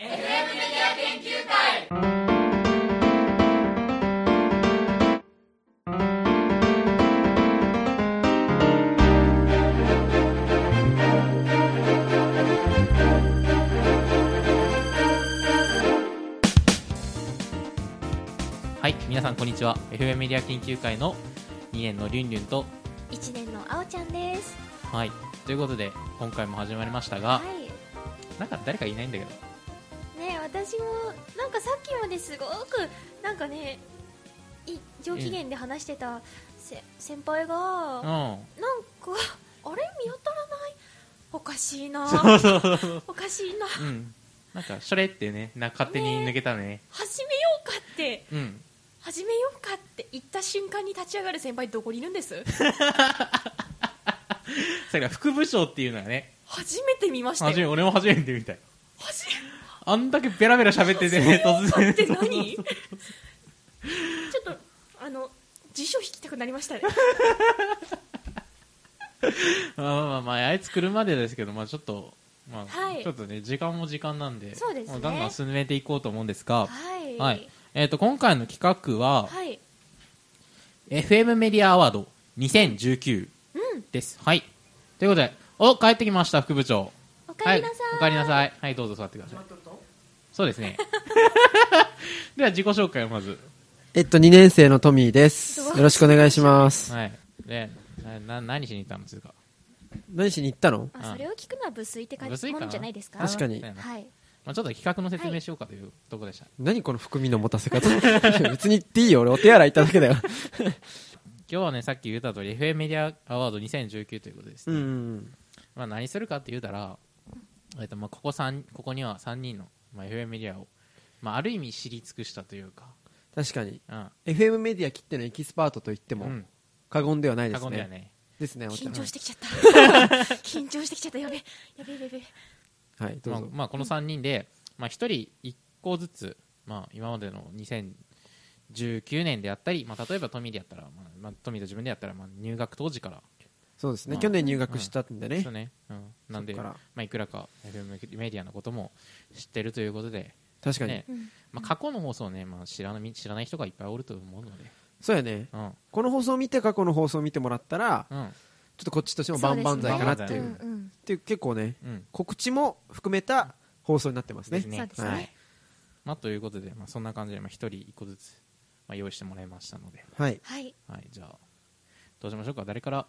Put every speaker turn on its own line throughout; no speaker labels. FM メディア研究会
はい、皆さんこんにちは。FM メディア研究会の2年のりゅんりゅんと、
一年のあおちゃんです。
はい、ということで今回も始まりました
は
が、なんか誰かいないんだけど、
い。ねえ、私もなんかさっきまですごくなんかね、い上機嫌で話してたせ先輩が
うん、
なんかあれ見当たらない。おかしいな。 おかしいな。
うん、なんかそれってね、な勝手に抜けたね。
始めようかって
うん、
始めようかって言った瞬間に立ち上がる先輩どこにいるんです。
それから副部長っていうのはね、
初めて見ました
初め
よ。
俺も初めて見たよ。
初
あんだけベラベラ喋ってて、ね、 突
め
然。
てって何？ちょっとあの辞書引きたくなりましたね。
まあまあまああいつ来るまでですけど、まあちょっと。まあ
はい
ちょっとね時間も時間なんで
そうですね
もどんどん進めていこうと思うんですが、
はい。
はいえー、と今回の企画は、
はい。
FM メディアアワード2019
うん。
です。はい。ということで、お、帰ってきました、副部長。
おかえりなさ。
はいお帰りなさい。はい、どうぞ座ってください。そうですね。では、自己紹介をまず。
えっと、2年生のトミーです。
うわ
よろしくお願いします。
はい。で、な、な何しに行ったんですか
何しに行ったの
あ、それを聞くのは無粋って感
無
じ
水
も
か
んじゃないですか。
確かに
そうやな
はい。
まあ、ちょっと企画の説明しようかというところでした。
何この含みの持たせ方 別に言っていいよ。俺お手洗い行っただけだよ。
今日はね、さっき言った通り、FM メディアアワード2019ということです
う
ね。
ん。
まあ、何するかって言うたら、えっと、まあ、ここ三、ここには3人の、まあ、FM メディアを、まあ、ある意味知り尽くしたというか、
確かに。
うん。
FM メディア切ってのエキスパートと言っても
うん
過言ではないです
過言では
ね。
ね。
ですね、お茶
緊張してきちゃった。 緊張してきちゃった。やべえ。やべえやべえやべえ。
はい、どう
まあ
ぞ。
まあ、この3人で、まあ、1人1個ずつ、まあ、今までの2019年であったり、まあ、例えばトミーでやったら、まあまあ、トミーと自分でやったら、まあ、入学当時から
そうですね。
まあ
去年入学したんで
で
ね
すよ。ね、うん、なんで、
そっから
まあ、いくらか FM メディアのことも知ってるということで、
確かに
ね。
うん。
まあ、過去の放送ね、まあ、知らない知らない人がいっぱいおると思うので、
そうやね。
うん
この放送を見て過去の放送を見てもらったら、
うん
ちょっとこっちとしても万々歳かなって
そ
いうう。
で
っ
すね
うん
ていう結構ね、
うん
告知も含めた放送になってます
で
ね
す。
うん。
ね
そうです
は
ね
い。
まあ、ということで、まあ、そんな感じで、まあ、1人1個ずつ、まあ、用意してもらいましたので、
はい。
はい。
はい、じゃあどうしましょうか誰から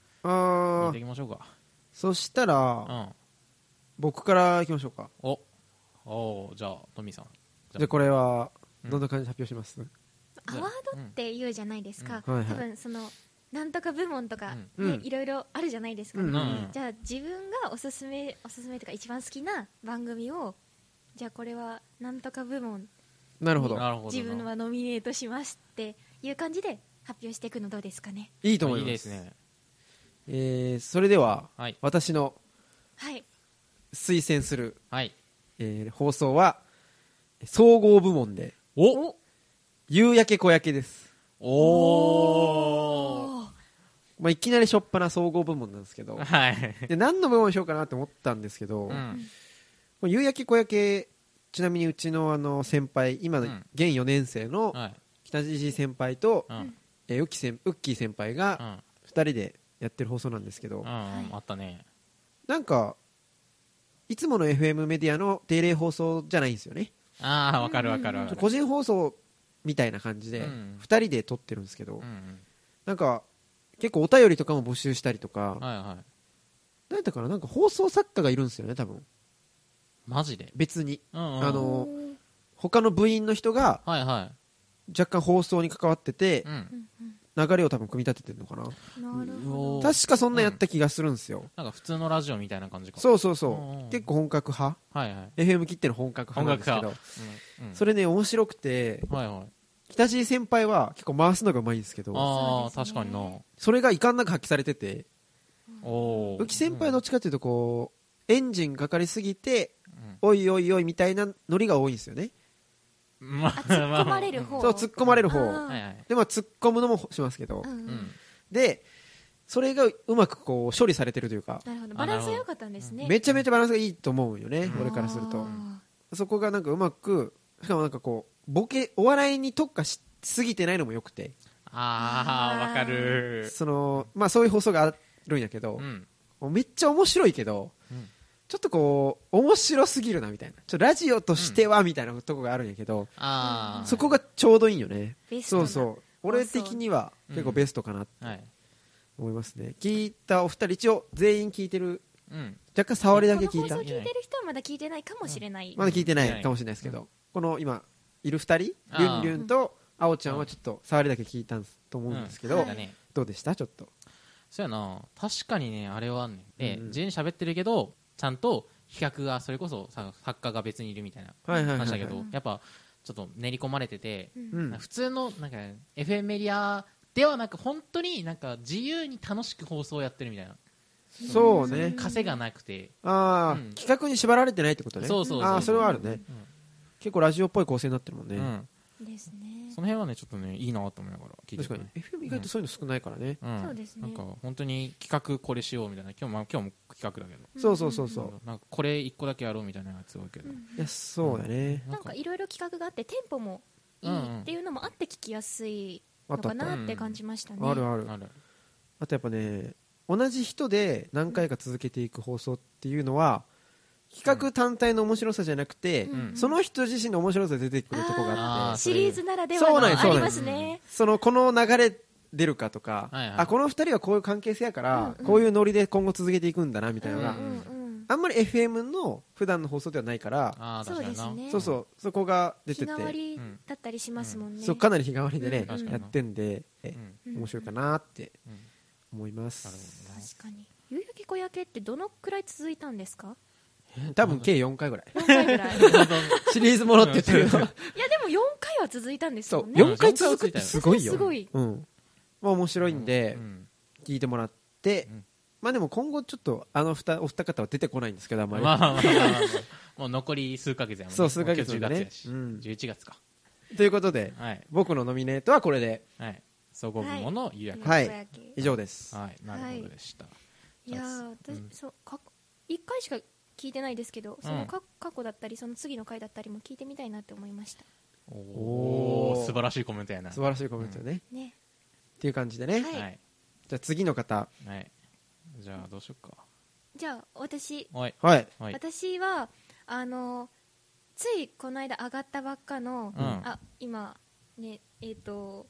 聞
あ
いて
ー
いきましょうか。
そしたら、
うん
僕からいきましょうか
おおーじゃあトミーさんじゃあ
じゃあこれは
うん
どんな感じで発表します、
アワードって言うじゃないですか。
うんはい
多
はい
分そのなんとか部門とか
うん
ねいろいろあるじゃないですか
う。ん
うん
じゃあ自分がおすすめおすすめとか一番好きな番組をじゃあこれはなんとか部門
なるほど
なるほど
自分はノミネートしますっていう感じで発表していくのどうですかね
いいと思い
いい
ます
ですね
えーそれでは、
はい
私の
はい
推薦する、
はい
えー放送は総合部門で
お
夕焼け小焼けです、
お
おー
まあ、いきなりしょっぱな総合部門なんですけど
ーはい
で何の部門にしようかなと思ったんですけど、
う
こ
ん
の夕焼け小焼けちなみにうちのあの先輩今の
うん
現4年生の
はい
北地先輩と、
うんうん
えーウッキー先ウッキー先
う
輩が
ん
2人でやってる放送なんですけど、
あったね
なんか、いつもの FM メディアの定例放送じゃないんですよね。
ああわかるわかるわかる
個人放送みたいな感じで、
う
二
ん
人で撮ってるんですけど、
うん
なんか、結構お便りとかも募集したりとか、
うんはいはい
なんやったかな、なんか放送作家がいるんですよね、多分。
マジで
別に。
うんうん
あの他の部員の人が
はいは
若干放送に関わってて
い、うん
うんう
流れを多分組み立ててるのかな。
んなる
う
ほ
お
ど
確かそんなやった気がするんですよ。
なんか普通のラジオみたいな感じか
そうそ
う
う
ん
そうう。
ん
結構本格派
はいはい
?FM 切っての本格派なんですけ
本
ど
格。うんうん
それね、面白くて、
はいはい
北地先輩は結構回すのがうまいんですけど、
ああ
そう
確
ですね
かになお
それが遺憾なく発揮されてて
おー
浮先輩はどっちかというとこうエンジンかかりすぎて
うん
おいおいおいみたいなノリが多いんですよね
まあ
あ突っ込まれる方
そう突っ込まれる方
あー
はいはい
でまあ突っ込むのもしますけど
うんう
うんん
でそれがうまくこう処理されてるというか
なるほど
あ
バランスが良かったんですね
めちゃめちゃバランスがいいと思うよね
うん
俺からすると
あ
そこがなんかうまくしかもなんかこうボケお笑いに特化しすぎてないのもよくて
あー
あー
わかる
その、まあ、そういう放送があるんやけど、
うん
もうめっちゃ面白いけど、
うん
ちょっとこう面白すぎるなみたいなちょっとラジオとしてはみたいなとこがあるんやけど、
あー
そこがちょうどいいんよね
ベスト
そ
な
うそう俺的には結構ベストかなって
はい
思いますね、聞いたお二人一応全員聞いてる
うん
若干触りだけ
こ
聞
の放
いた
送聞いてる人はまだ聞いてないかもしれない、
まだ聞いてな
聞いてない
いかもしれないですけど、この今いる二人りゅ
あー
んりゅんとあおちゃんはちょっと触りだけ聞いたんですと思うんですけど、
うん
そうだね
どうでしたちょっと
そうやな確かにねあれはあんねんで、
うんうん
自由に喋ってるけどちゃんと比較がそれこそさ作家が別にいるみたいな
はいはいはいはい
話だけど、
うん
やっぱちょっと練り込まれてて、
うん
うん
普通のなんか FM メディアではなく本当になんか自由に楽しく放送やってるみたいな
そうね
稼がなくて、
ああ、
うん
企画に縛られてないってことね
そうそうそう
ああそれはあるね、
うん
結構ラジオっぽい構成になってるもんね、
うん
ですね
その辺はねちょっとねいいなと思いながら聞いて
確
た
かに
ね
FM 意外とそういうの少ないからね、
うん
そうですね
なんか本当に企画これしようみたいな今日,、まあ、今日も企画だけど、
そうそうそうそう、
なんかこれ一個だけやろうみたいなやつ多いけど、
うん
いやそうだね、
なんかいろいろ企画があってテンポもいいっていうのもあって聞きやすい
あ
の
ったあ
か
った
ん
なって感じましたね、
あるある
ある
あとやっぱね同じ人で何回か続けていく放送っていうのは企画単体の面白さじゃなくて、
うんうん
その人自身の面白さで出てくるとこがあ
あ
って
シリーズならではの
そう
あ
なんです
りますね
そのこの流れ出るかとか、
はいはい
あこの2人はこういう関係性やから、
うんうん
こういうノリで今後続けていくんだなみたいなのが、
うん
うん
あんまり FM の普段の放送ではないから、
あー
そうですね
そうそうそこが出
日
てて
替わりだったりしますもんね、
そうかなり日替わりでね、
うんうん
やってんで、え
確かにな
うん
面白いかなって
うんうん
思いま
なる
す、
ほどな
確かに夕焼け小焼けってどのくらい続いたんですか
多分計4回ぐらい
4回ぐらいいやで
シリーズものって言ってるけど
も4回は続いたんです
そ
よ
う、
ね
よ
4回続くってすごいよ。
すごい
うん。まあ面白いんで
う、ん
聞いてもらって
うん、
まあでも今後ちょっと、あのふた、お二方は出てこないんですけど、あんま
まあ
り。
まあまあまあま あもう残り数ヶ月やもんね
そう数ヶ月
もう今日10月やし、
だねうん
11月か
ということで、
はい
僕のノミネートはこれで、
はい総合部門の予約
は
はい
夕焼け小焼
以上です
い、。なるほどでした、
けいやー私、
うん
そうか1回しか聞いてないですけどそのか過去だったりその次の回だったりも聞いてみたいなって思いました
お
お
お
ー
素晴らしいコメントやな
素晴らしいコメントね。っ
ね
ていう感じでね。
はい
はい、
じゃあ次の方。
はい、じゃあどうしようか
じゃあ私
おい
はい。
はい
私はあのついこの間上がったばっかの、
うん
あ今ねえっ、と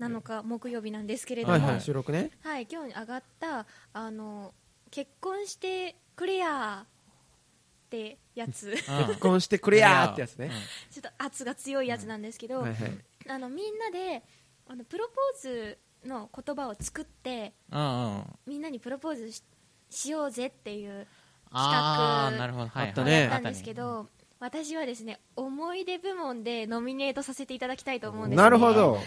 7日木曜日なんですけれども、
は
はいい
はい、収録ね。
はい、今日上がったあの結婚してくれやってやつ ち
うん
結婚してくれやーってやつね。
ょっと圧が強いやつなんですけど、
はいはい。
あのみんなであのプロポーズの言葉を作って
うんうんうん
みんなにプロポーズししようぜっていう
あーなるほど、はいはい、
あったね
やったんですけど、私はですね思い出部門でノミネートさせていただきたいと思うんです、ね、
なるほど。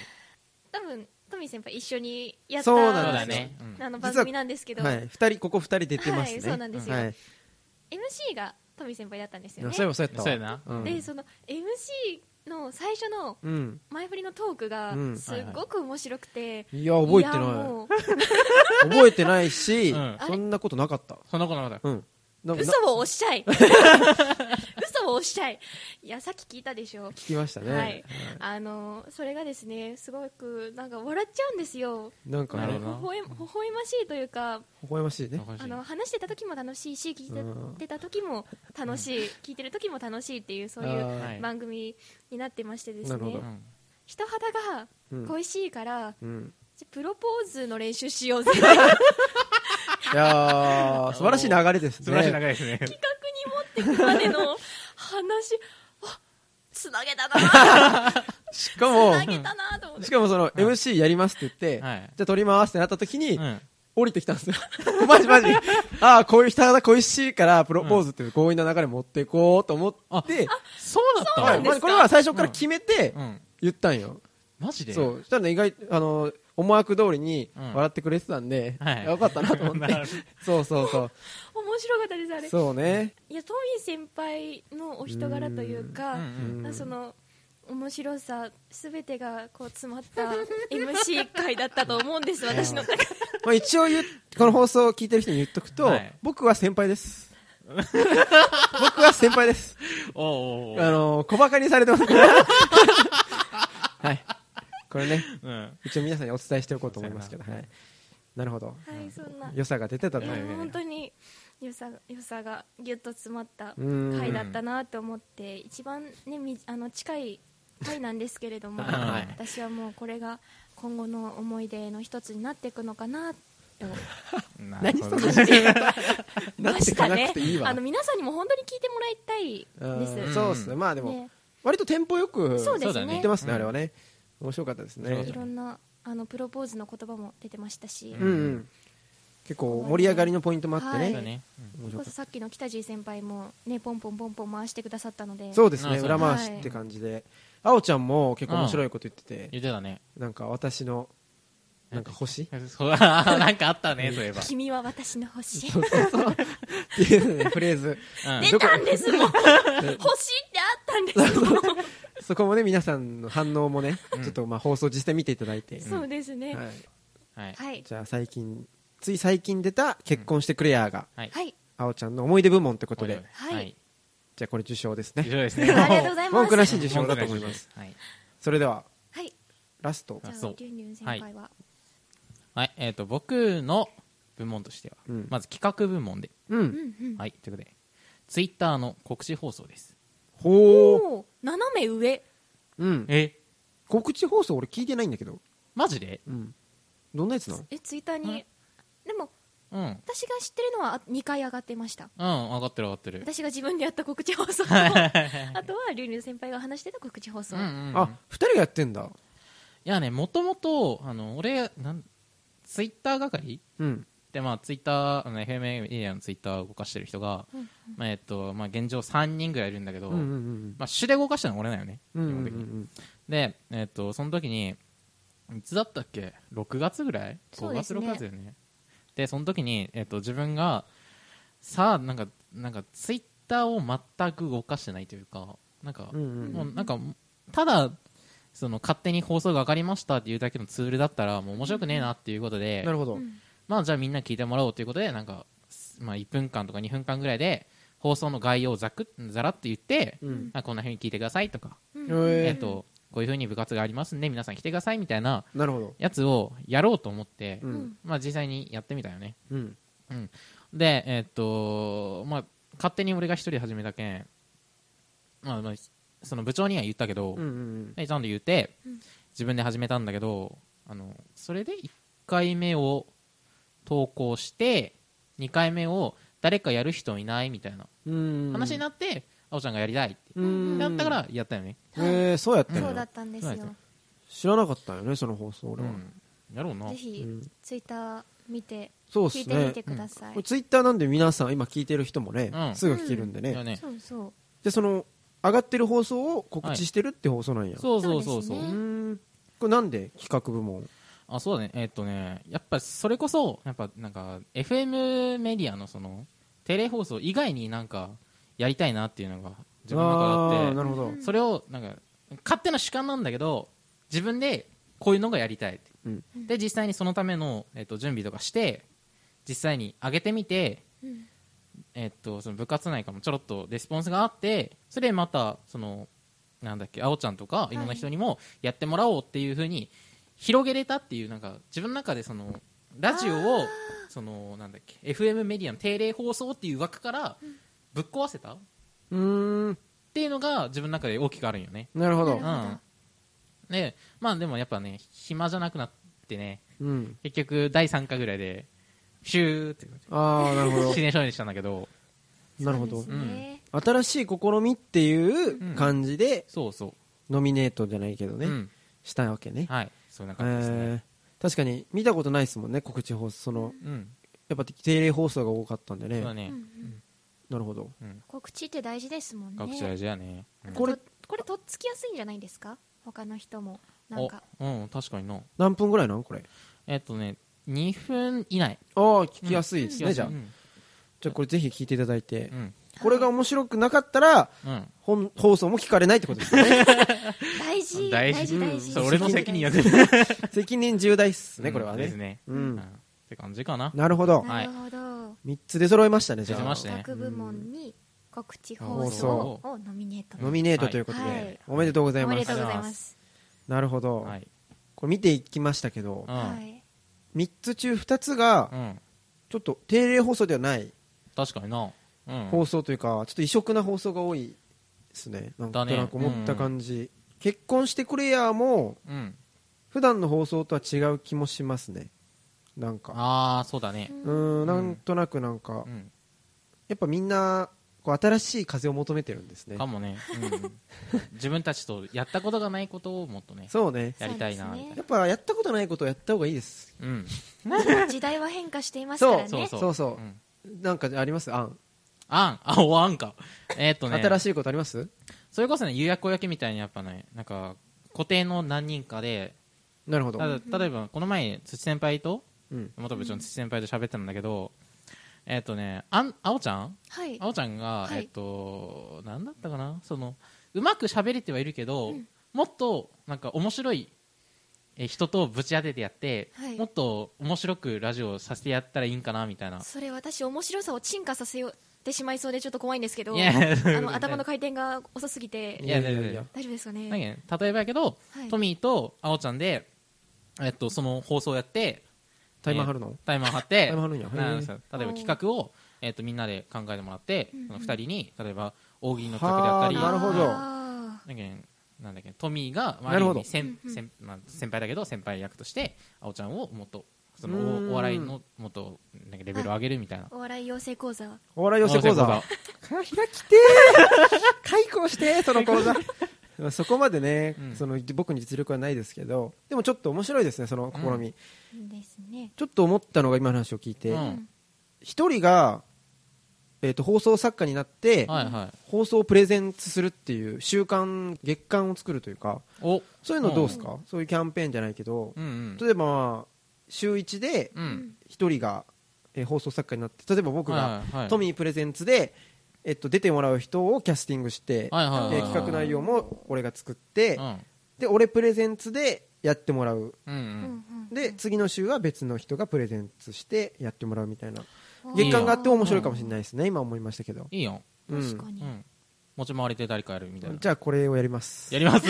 多分トミー先輩一緒にやった
そう
そう
な
だ
んですよ
ね、うん
あの
実
番
は
組なんですけど、
はい。二人、ここ二人出てます
は
ね。
いそうなんですよ
はい
MC がトミー先輩だったんですよね
そういえばそうやったわ。
そうやな
うん
でその MC の最初の
うん。
前振りのトークが
うん
すっごく面白くて、
いや、覚えて
や
ない。
もう
覚えてないし、
うん
そんなことなかった。
そんなことなかった
うん。なな
嘘をおっしゃ い嘘をおっしゃいいやさっき聞いたでしょ
聞きましたね。
はいあのそれがですねすごくなんか笑っちゃうんですよ
なんか
なる
ね
ほ
微
ど
笑微笑ましいというか
微笑ましいね。
おかしい
あの話してた時も楽しいし聞
うん
いてた時も楽しい聞いてる時も楽しいっていうそういう
あー
はい
番組になってましてです
なるほ
う
ど
ね
ん
人肌
うん
が恋しいから
うん。
じゃプロポーズの練習しようぜ 企
いや ー、素晴らしい流れですね。
素晴らしい長いですね
画に持ってくまでの話あつなげ たな
し か
つ
も、
なげたなと思っ
してかもその MC やりますって言って、
はい
じゃあ撮りますってなった時に、
うん
降りてきたんですよ。 マジマジ。ああ、こういう人が恋しいから、プロポーズっていう強引な流れ持っていこうと思って、
そうだった
はい
わ
まあこれは最初から決めて
うん
言ったんよ。
マジで
そう。そしたらね、意外、あの、思惑通りに
うん
笑ってくれてたんで、
はい
よかったなと思 っ
な
て
るほ。
そうそうそ
面白かったですあ
う。
れ
そうね。
いやトミー先輩のお人柄というか
うんうん
うん
その面白さすべてがこう詰まった MC 回だったと思うん です私の中で
まあ、一応言うこの放送を聞いてる人に言っとくと、
はい
僕は先輩です 僕は先輩です。
おうおうおう
あのー、小馬鹿にされてますはい。これね、
うん
一応皆さんにお伝えしておこうと思いますけど、はい。なるほど。
はいそんな
良さが出てたと。
はいはいはい
うん本当に良さが良さがぎゅっと詰まった
うん
回だったなと思って一番、ね、みあの近い回なんですけれど も
はい
私はもうこれが今後の思い出の一つになっていくのかなと
なる
何
ほ
そ
ど
の
ね
なってかなくていいわ。
あの皆さんにも本当に聞いてもらいたいです。
うん
ん
そうっすね。まあでも、
ね
割とテンポよく
そうですね
そうだね
言ってます
う
ね、
ん
あれはね。面白かったですね
い。ろんなあのプロポーズの言葉も出てましたし、
うんうん。結構盛り上がりのポイントもあって
はい
そうだね
ね。
それこそさっきの北地先輩もねポンポンポンポン回してくださったので、
そうです
あ
ね、
そう
裏回しって感じで。あおちゃんも結構面白いこと言ってて、
言ってたね
なんか私の、なんか星
そう あーなんかあったねそうい えば
君は私の星。
そうそうそう。っていうね、フレー ズ。
うん
出たんですもん。星ってあったんですもん。
そこもね、皆さんの反応もね、ちょっとまあ放送実際見ていただいて。
そうですね。
はい。
はい
はい。
じゃあ最近、つい最近出た結婚してクレアが、
はい
はい。
あおちゃんの思い出部門ってことで、
はい
じゃあこれ受賞です
以上
ね。
ですね
ありがとうございます。
文句なし受賞だと思います。
はい
それでは、
はい。
ラスト
じゃ。
そ
あ
う
りゅんりゅん先輩は。
はいえっと僕の部門としては
うん
まず企画部門で
う
うん
ん。
うん。
はいということでツイッターの告知放送です
ほー。
おー斜め上。
うん。
え
告知放送俺聞いてないんだけど。
マジで
うん。どんなやつなの
えツイッターに。で
う
も
んうん
私が知ってるのはあ2回上がってました。
上がってる上がってる
私が自分でやった告知放送と、 あとはりゅんりゅん先輩が話してた告知放送。
うんうんうん
あ、二人がやってんだ。
いやねもともとあの俺なんツイッター係
うん。
でまあツイッターあの FM エリアのツイッターを動かしてる人が、まあえっとまあ、現状3人ぐらいいるんだけど、
うんうんうん
まあ、主で動かしたのは俺だよね、
うん。うんうん
基本
う
的に
ん
で、えっとその時にいつだったっけ6月ぐらい
そう
5
で
月
すね
6月だよねでその時に、えっと自分がさあなんかなんかツイッターを全く動かしてないというかなんか、
うんうん
もうなんかただその勝手に放送が上がりましたっていうだけのツールだったらもう面白くねえなっていうことで、
なるほど。
うん
まあじゃあみんな聞いてもらおうということでなんか、すまあ、1分間とか2分間ぐらいで放送の概要をざくざらっと言って、
うん。
あこんなふうに聞いてくださいとか、
うん
えー
えっとこういうふうに部活がありますんで皆さん来てくださいみたいな
なるほど。
やつをやろうと思って、
うん
うん
まあ実際にやってみたよね
うん。
でえっとまあ勝手に俺が一人で始めたけん、まあまあ、その部長には言ったけど、
うんうんうん。
でちゃんと言って、
うん
自分で始めたんだけどあのそれで1回目を投稿して2回目を誰かやる人いないみたいな
うん
話になって、あおちゃんがやりたいって
うん
なったからやったよね、
えー、そうやった
そう
ん
だ
や
ったんです
そうだ
よ
っ。
知らなかったよねその放送
う
俺
ん
は、
やろうな
ぜひ
うん
ツイッター見て
そうっ
聞い
す
てみ
ね
てください。
ツイッターなんで皆さん今聞いてる人もね、
うん
すぐ聞けるんでね,、
だよね
そうそう。
でその上がってる放送を告知してるって放送なんや、
そうそうそうそう
そう
う
ですね
ーんこれなんで企画部門
あそうだねえっとねやっぱそれこそやっぱなんか FM メディアのそのテレ放送以外になんかやりたいなっていうのが自分の中であ
あ
っ
ー
て
なるほど、
それをなんか勝手な主観なんだけど自分でこういうのがやりたいって、
うん
で実際にそのための、えっと準備とかして実際に上げてみて、
うん
えっとその部活内からもちょろっとレスポンスがあってそれでまたそのなんだっけあおちゃんとかいろんな人にもやってもらおうっていうふうに広げれたっていうなんか自分の中でそのラジオをそのなんだっけ FM メディアの定例放送っていう枠からぶっ壊せたっ
うーん
ていうのが自分の中で大きくあるんよね。
なるほ
な
ど
る、
う
ほど
ん、でまあでもやっぱね暇じゃなくなってね
うん、
結局第3回ぐらいでシューって
ああなるほ ど
シネ少年したんだけど
なるほ
そ
ど
うですね
新しい試みっていう感じで、
そうそ
ノミネートじゃないけど
う、
ね、
うん、
したわけね、
はいそういう
え
感じですね、
ー確かに見たことないですもんね告知放送その
うん
やっぱ定例放送が多かったんでね
そうだね
うんうん
なるほど
告知って大事ですもんね。
学習大事やねうん
これ
とこれとっつきやすいんじゃないですか？他の人もなんか
おうん確かにな
何分ぐらいなんこれ
えっとね2分以内
ああ聞きやすいですね、じゃあ、
うん
じゃあこれぜひ聞いていただいて、
うん、
これが面白くなかったら
うん
本放送も聞かれないってことですよね
大事
大
大
事
事
うん
大事。
そう俺の責任や
大事
責任重大っすねこれは
うんです
ね
ね
うん、
うんって感じかな
なるほど
なるほど。
み3つ出揃いましたねじゃあ
出ましたね
各部門に告知
放
放
送
送をノミネート
ノミネートということで、
はい
おめでとうござい
おめ
ま
ですとうございます
なるほど、
はい
これ見ていきましたけど
うん、
はい
3つ中2つが
うん
ちょっと定例放送ではない
確かにな、うん、
放送というかちょっと異色な放送が多いですねなんと
だね
なく思った感じ、結婚してくれやも
うん、
普段の放送とは違う気もしますねなんか
ああそうだね、
う
うん
んなんとなくなんか
うん、
やっぱみんなこう新しい風を求めてるんですね
かもね、 うん、自分たちとやったことがないことをもっとね
そうね
やりたいな
そう
み
ですね
たいな
やっぱやったことないことをやった方がいいです
うん
時代は変化していますからね
そうそう
そうそう
うん
なんかありますあん、
あんあおあんかえーっとね
新しいことあります
それこそね夕焼け小焼けみたいにやっぱねなんか固定の何人かで
なるほど
ただ例えばこの前土先輩と
うん
元部長の土先輩と喋ってたんだけど、えーっとねあんあおちゃん
はい
あおちゃんが、
はい
えっとなんだったかなそのうまく喋れてはいるけど、もっとなんか面白いえー人とぶち当ててやって、
はい
もっと面白くラジオさせてやったらいいんかなみたいな
それ私面白さを沈下させよてしまいそうでちょっと怖いんですけど
いや
あの頭の回転が遅すぎ
い
て
や
いやいやいや
大丈夫ですか
なん
ね
かね例えばやけど、
はい
トミーとあおちゃんで、えっと、その放送やって
タイマー張るの
タイマー張って
タイマー張るんやへー
うんそう例えば企画を、えっと、みんなで考えてもらって、
うんうん
その2人に例えば大喜利の企画であったり
はーなるほど
あ
なんかねなんだっけトミーが、まあ、
なるほど
ある意味先
うんうん
先まあ先輩だけど先輩役としてあおちゃんをもっとその
うーん
おお笑いのもっとなんかレベルを上げるみたいな
ーお笑い養成講座
お笑い寄せ講座
あ
か開きてー 開講してーその講座まあそこまでね、
うん
その僕に実力はないですけどでもちょっと面白いですねその試み、
ですね
ちょっと思ったのが今の話を聞いて
う
うんん
一、人が、えー、と放送作家になって、
はいはい
放送をプレゼンするっていう週間月間を作るというか
お
そういうのどうですか、そういうキャンペーンじゃないけど、
うんうん
例えば、まあ、週1で
う
うん
一人が、えー放送作家になって例えば僕が、
はいはい
トミープレゼンツで、えっと、出てもらう人をキャスティングして、
はいはいはい
えー企画内容も俺が作って、
うん
で俺プレゼンツでやってもらう
うん
うん
うん
うん
で次の週は別の人がプレゼンツしてやってもらうみたいな
おー
月間があっても面白いかもしれないですね今思いましたけど、
いいよ
うん
確かに
うん持ち回りで誰かやるみたいな
じゃあこれをやります
やり ます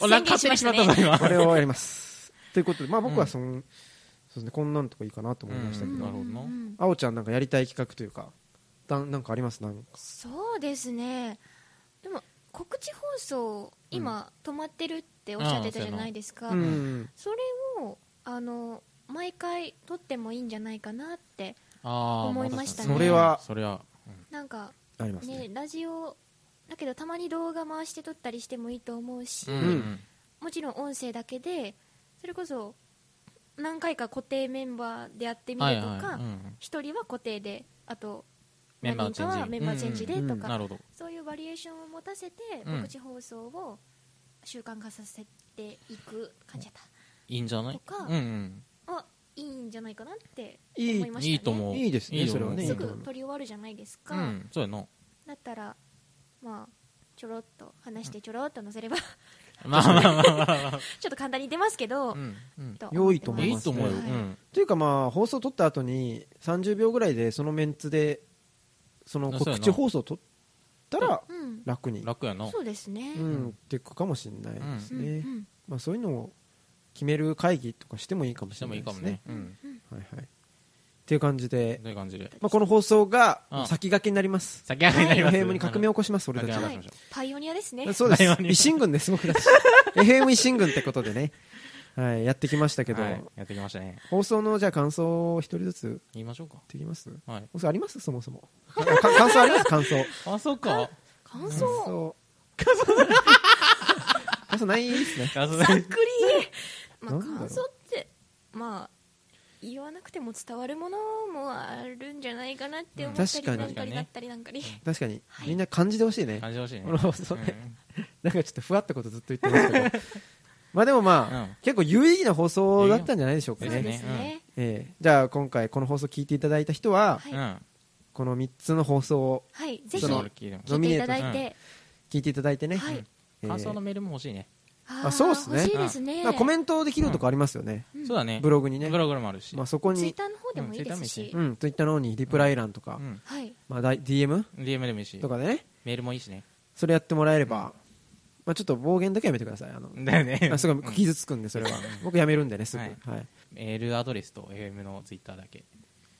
おなんか勝手に決まったぞ今
これをやり ますということでまあ僕はその、そうですねこんなんとかいいかなと思いましたけ
う
ど、
んなるほどな
うんうん
あおちゃんなんかやりたい企画というかだんなんかありますなんか
そうですねでも告知放送今止まってるっておっしゃってたじゃないですか、
うんうん
それをあの毎回撮ってもいいんじゃないかなって
あー
思いましたね
あ
それは
それは
なんか
ありますね
ねラジオだけどたまに動画回して撮ったりしてもいいと思うし、
うんうん
もちろん音声だけでそれこそ何回か固定メンバーでやってみ
は
る
い
と
はい
か
うん
一、人は固定であと
メンバー
何
をチェン
人か
ジ
はメンバーチェンジで
うんう
と
ん
か、
なるほど
そういうバリエーションを持たせて
うん
告知放送を習慣化させていく感じだっ
いいんじゃない
とか
うんうん
た、あいいんじゃないかなって
いい
思いましたね
いいと思う
いいですね
と思う
それはねいい
す
と
ぐ
思う
撮り終わるじゃないですか、
うんそうやな
だったらまあちょろっと話してちょろっと載せれば ち
まあまあまあまあまあ
ょっと簡単に出ますけど、
うんうん
と
良いと思
い
い
い
ます
と思うよ
は
う
い
ん
というかまあ放送撮った後に30秒ぐらいでそのメンツでその
あそうや
告
な
知放送撮ったら
うん
楽に
楽やな
そうですね、
うん、っていくかもしれないです
うん
ね、
うん
まあ、そういうのを決める会議とかしてもいいかもし
して
れな
もい
い
い
で
かも
すね
ねうん
はいはい、っていう感じで、
という感じで
まあ、この放送が
うん
先駆けになります、
先上がりになります
FM に革命を起こします俺た
じ
ち
ゃあ
は
は
話しま
い
しょう、
パイオニアですね
そうです
台湾に
維新軍です僕た ち FM 維新軍ってことでね、はい、やってきましたけど、
はいやってきましたね
放送のじゃあ感想を一人ずつ
言いましょうか
できます
はい
放送ありますそもそ もかか感想あります感想
あそうか
感
感
想
想 感想ないですね
あそう
ざっくりまあ
なんだろう
感想ってまあ言わなくても伝わるものもあるんじゃないかなって思ったり
確かに
なんかりだったりなんかり
確かに、みんな感じてほしいね
感じてほしいね
こ の放送
う
ね、
ん
なんかちょっとふわったことずっと言ってます けどまあでもまあ、
うん
結構有意義な放送だったんじゃないでしょうか
そう
有意
ね
義
ですね
ええじゃあ今回この放送聞いていただいた人は、
は
う
い
ん
この3つの放送を
はいぜひ
その
聞
聞いても
ノミ
いて
ネ
い
ー
た
ト
だい
し
て
聞いていただいてね、
はい
ええ
感想のメールも欲しいね
ー
あそうっすね
欲しいですね
まあコメントできるとこありますよね、
うん
そうだね
ブログにね
ブログもあるし、
まあ、そこ
ツイッ
に、
ターの方でもいいですし、
うん、ツイッターの方にリプライ欄とか、
うん、
はい
まあ、だい DM
DM でもいいし
とかでね
メールもいいしね
それやってもらえれば、まあ、ちょっと暴言だけやめてくださいあの
だよね
あすごい傷つくんでそれは僕やめるんでねすぐ、は
はいいメールアドレスと FM のツイッターだけ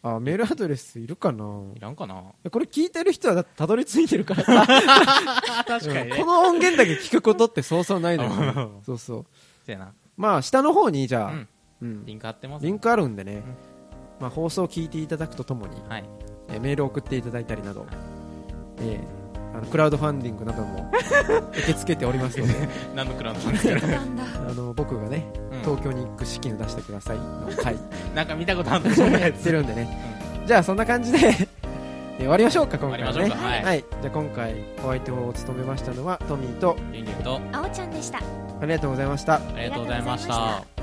あメールアドレスいるかない
らんかな
これ聞いてる人はだってたどり着いてるから
あ確かに
こ
ね
の音源だけ聞くことってそうそうないのよそうそう
そうやな
まあ下の方にじゃあ、う
うんんリンク貼ってます
リンクあるんでね、
ん
まあ、放送を聞いていただくとともに、
はい
えーメールを送っていただいたりなど、えーあのクラウドファンディングな ども受け付けておりますので
何のクラウド なんですけど
なんだ
あの僕がね、
うん
東京に行く資金を出してくださいの 回
なんか見たことあったそんなや
やっ
つ
てるんでね、じゃあそんな感じでえー終わりましょうか今回は
終わ
ね
りましょうかはい
じゃあ今回ホワイトを務めましたのはトミーと
リンリンと
あおちゃんでした
ありがとうございました
ありがとうございまし
ありがとうございました
た